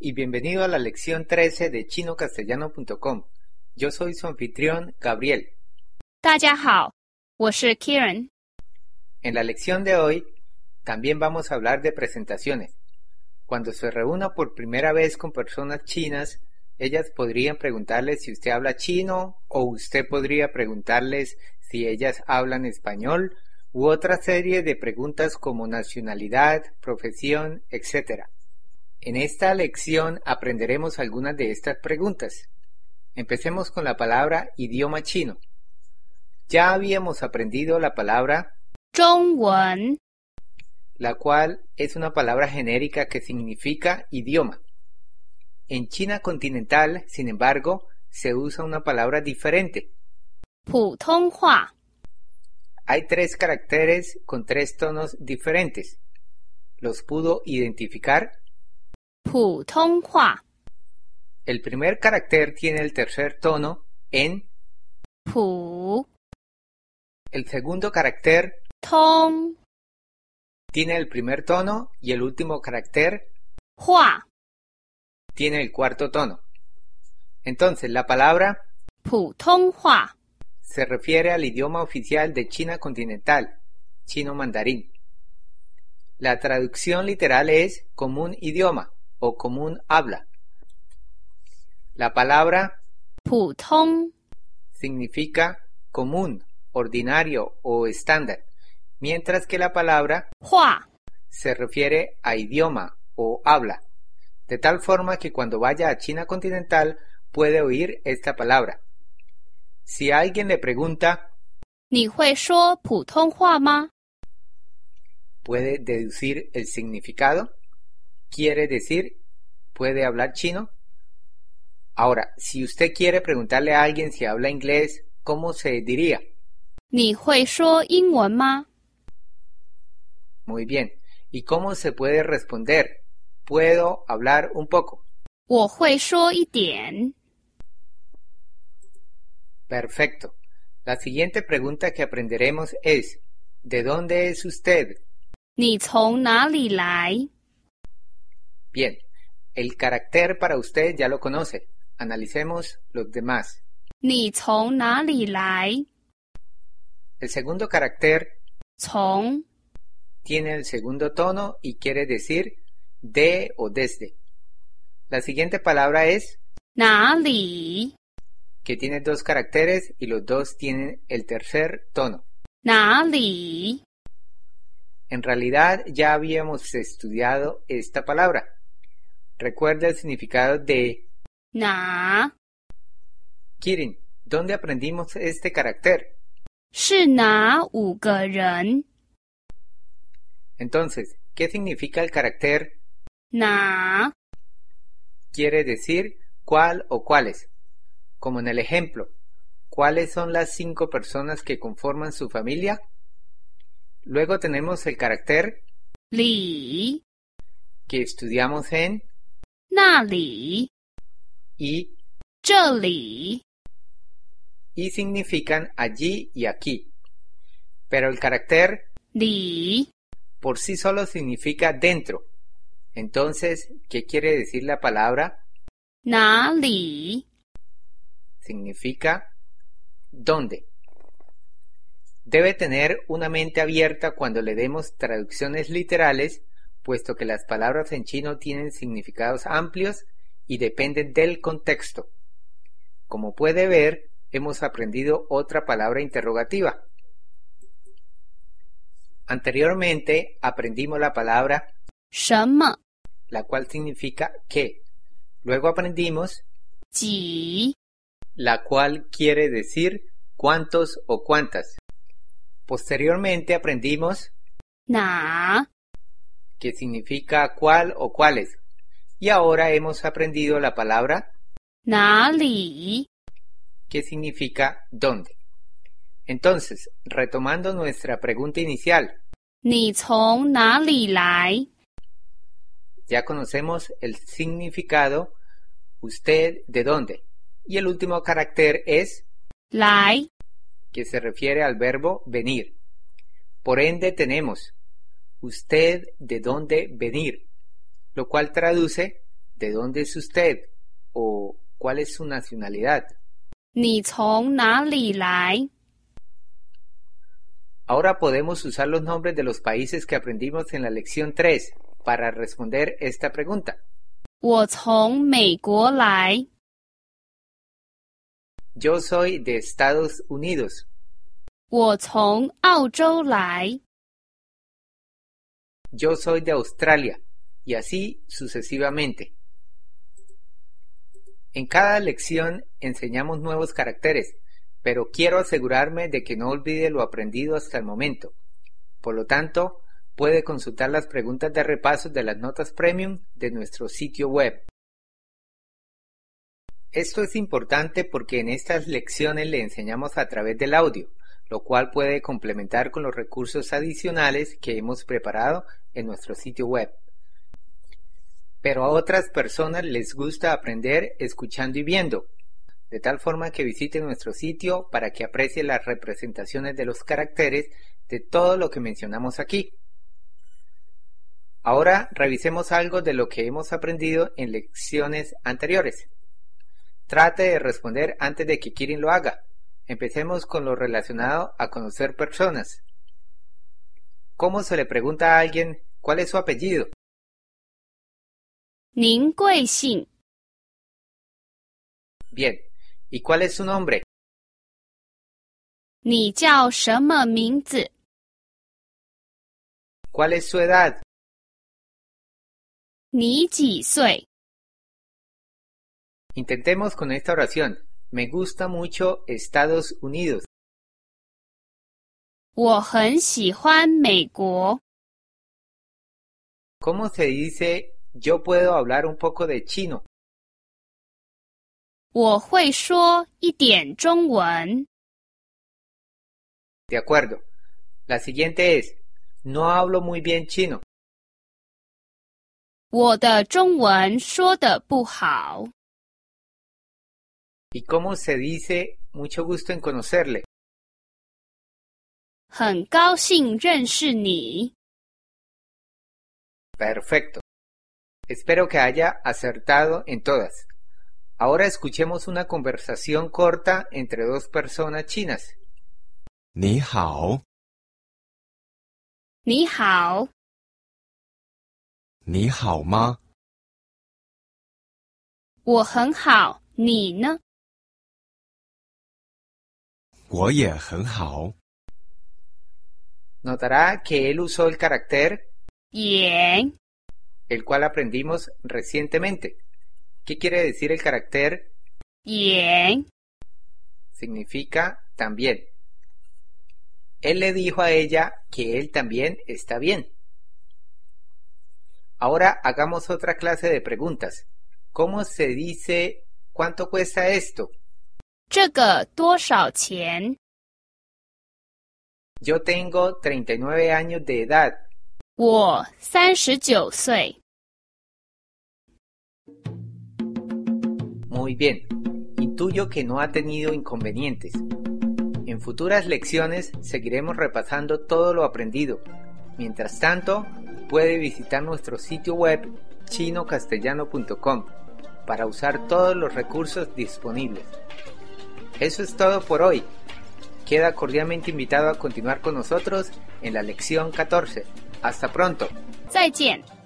y bienvenido a la lección 13 de chinocastellano.com. Yo soy su anfitrión, Gabriel. 大家好，我是 Kieran。 En la lección de hoy también vamos a hablar de presentaciones. Cuando se reúna por primera vez con personas chinas, ellas podrían preguntarles si usted habla chino o usted podría preguntarles si ellas hablan español u otra serie de preguntas como nacionalidad, profesión, etc. En esta lección aprenderemos algunas de estas preguntas. Empecemos con la palabra idioma chino. Ya habíamos aprendido la palabra 中文， la cual es una palabra genérica que significa idioma. En China continental, sin embargo, se usa una palabra diferente. 普通话， Hay tres caracteres con tres tonos diferentes. ¿Los pudo identificar? 普通话， El primer carácter tiene el tercer tono en, 普 el segundo carácter 通 tiene el primer tono y el último carácter 话， tiene el cuarto tono. Entonces, la palabra 普通话， se refiere al idioma oficial de China continental, chino mandarín. La traducción literal es común idioma o común habla. La palabra 普通 significa común, ordinario o estándar, mientras que la palabra 话， se refiere a idioma o habla, de tal forma que cuando vaya a China continental puede oír esta palabra. Si alguien le pregunta, 你会说普通话吗？ puede deducir el significado, quiere decir, puede hablar chino. Ahora, si usted quiere preguntarle a alguien si habla inglés, ¿cómo se diría? 你会说英文吗？ Muy bien. ¿Y cómo se puede responder? Puedo hablar un poco. 我会说一点。 Perfecto. La siguiente pregunta que aprenderemos es, ¿de dónde es usted? 你从哪里来？ Bien. El carácter para usted ya lo conoce. Analicemos los demás. 你从哪里来？ El segundo carácter 从 tiene el segundo tono y quiere decir de o desde. La siguiente palabra es 哪里？ que tiene dos caracteres y los dos tienen el tercer tono. 哪里？ En realidad ya habíamos estudiado esta palabra. Recuerda el significado de 哪 Kirin. ¿Dónde aprendimos este carácter? 是哪五个人？ Entonces, ¿qué significa el carácter? 哪 Quiere decir cuál o cuáles. Como en el ejemplo, ¿cuáles son las cinco personas que conforman su familia? Luego tenemos el carácter 里 que estudiamos en 那里 y 这里 y significan allí y aquí. Pero el carácter 里 por sí solo significa dentro. Entonces, ¿qué quiere decir la palabra? 哪里 Significa dónde. Debe tener una mente abierta cuando le demos traducciones literales, puesto que las palabras en chino tienen significados amplios y dependen del contexto. Como puede ver, hemos aprendido otra palabra interrogativa. Anteriormente aprendimos la palabra 什么 la cual significa que. Luego aprendimos 几 la cual quiere decir cuántos o cuántas. Posteriormente aprendimos 哪 que significa cuál o cuáles. Y ahora hemos aprendido la palabra 哪里 que significa dónde. Entonces, retomando nuestra pregunta inicial, 你从哪里来？ ya conocemos el significado usted de dónde. Y el último carácter es 来 que se refiere al verbo venir. Por ende tenemos usted de dónde venir, lo cual traduce ¿de dónde es usted? o ¿cuál es su nacionalidad? 你从哪里来？ Ahora podemos usar los nombres de los países que aprendimos en la lección 3 para responder esta pregunta. 我从美国来。 Yo soy de Estados Unidos. 我从澳洲来。 Yo soy de Australia. Y así sucesivamente. En cada lección enseñamos nuevos caracteres, pero quiero asegurarme de que no olvide lo aprendido hasta el momento. Por lo tanto, puede consultar las preguntas de repaso de las notas premium de nuestro sitio web. Esto es importante porque en estas lecciones le enseñamos a través del audio, lo cual puede complementar con los recursos adicionales que hemos preparado en nuestro sitio web. Pero a otras personas les gusta aprender escuchando y viendo, de tal forma que visite nuestro sitio para que aprecie las representaciones de los caracteres de todo lo que mencionamos aquí. Ahora revisemos algo de lo que hemos aprendido en lecciones anteriores. Trate de responder antes de que Kirin lo haga. Empecemos con lo relacionado a conocer personas. ¿Cómo se le pregunta a alguien cuál es su apellido? 您贵姓？ Bien. ¿Y cuál es su nombre? 你叫什么名字？ ¿Cuál es su edad? 你几岁？ Intentemos con esta oración. Me gusta mucho Estados Unidos. 我很喜欢美国。 ¿Cómo se dice yo puedo hablar un poco de chino? 我会说一点中文。 De acuerdo. La siguiente es, no hablo muy bien chino. 我的中文说得不好。 ¿Y cómo se dice mucho gusto en conocerle? 很高兴认识你。 Perfecto. Espero que haya acertado en todas. Ahora escuchemos una conversación corta entre dos personas chinas. 你好，你好，你好吗？我很好，你呢？我也很好， Notará que él usó el carácter 也 el cual aprendimos recientemente. ¿Qué quiere decir el carácter? 也， Significa también. Él le dijo a ella que él también está bien. Ahora hagamos otra clase de preguntas. ¿Cómo se dice cuánto cuesta esto? 这个多少钱？ Yo tengo 39 años de edad. 我三十九岁。 Muy bien. Intuyo que no ha tenido inconvenientes. En futuras lecciones seguiremos repasando todo lo aprendido. Mientras tanto, puede visitar nuestro sitio web chinocastellano.com para usar todos los recursos disponibles. Eso es todo por hoy. Queda cordialmente invitado a continuar con nosotros en la lección 14. Hasta pronto. 再见。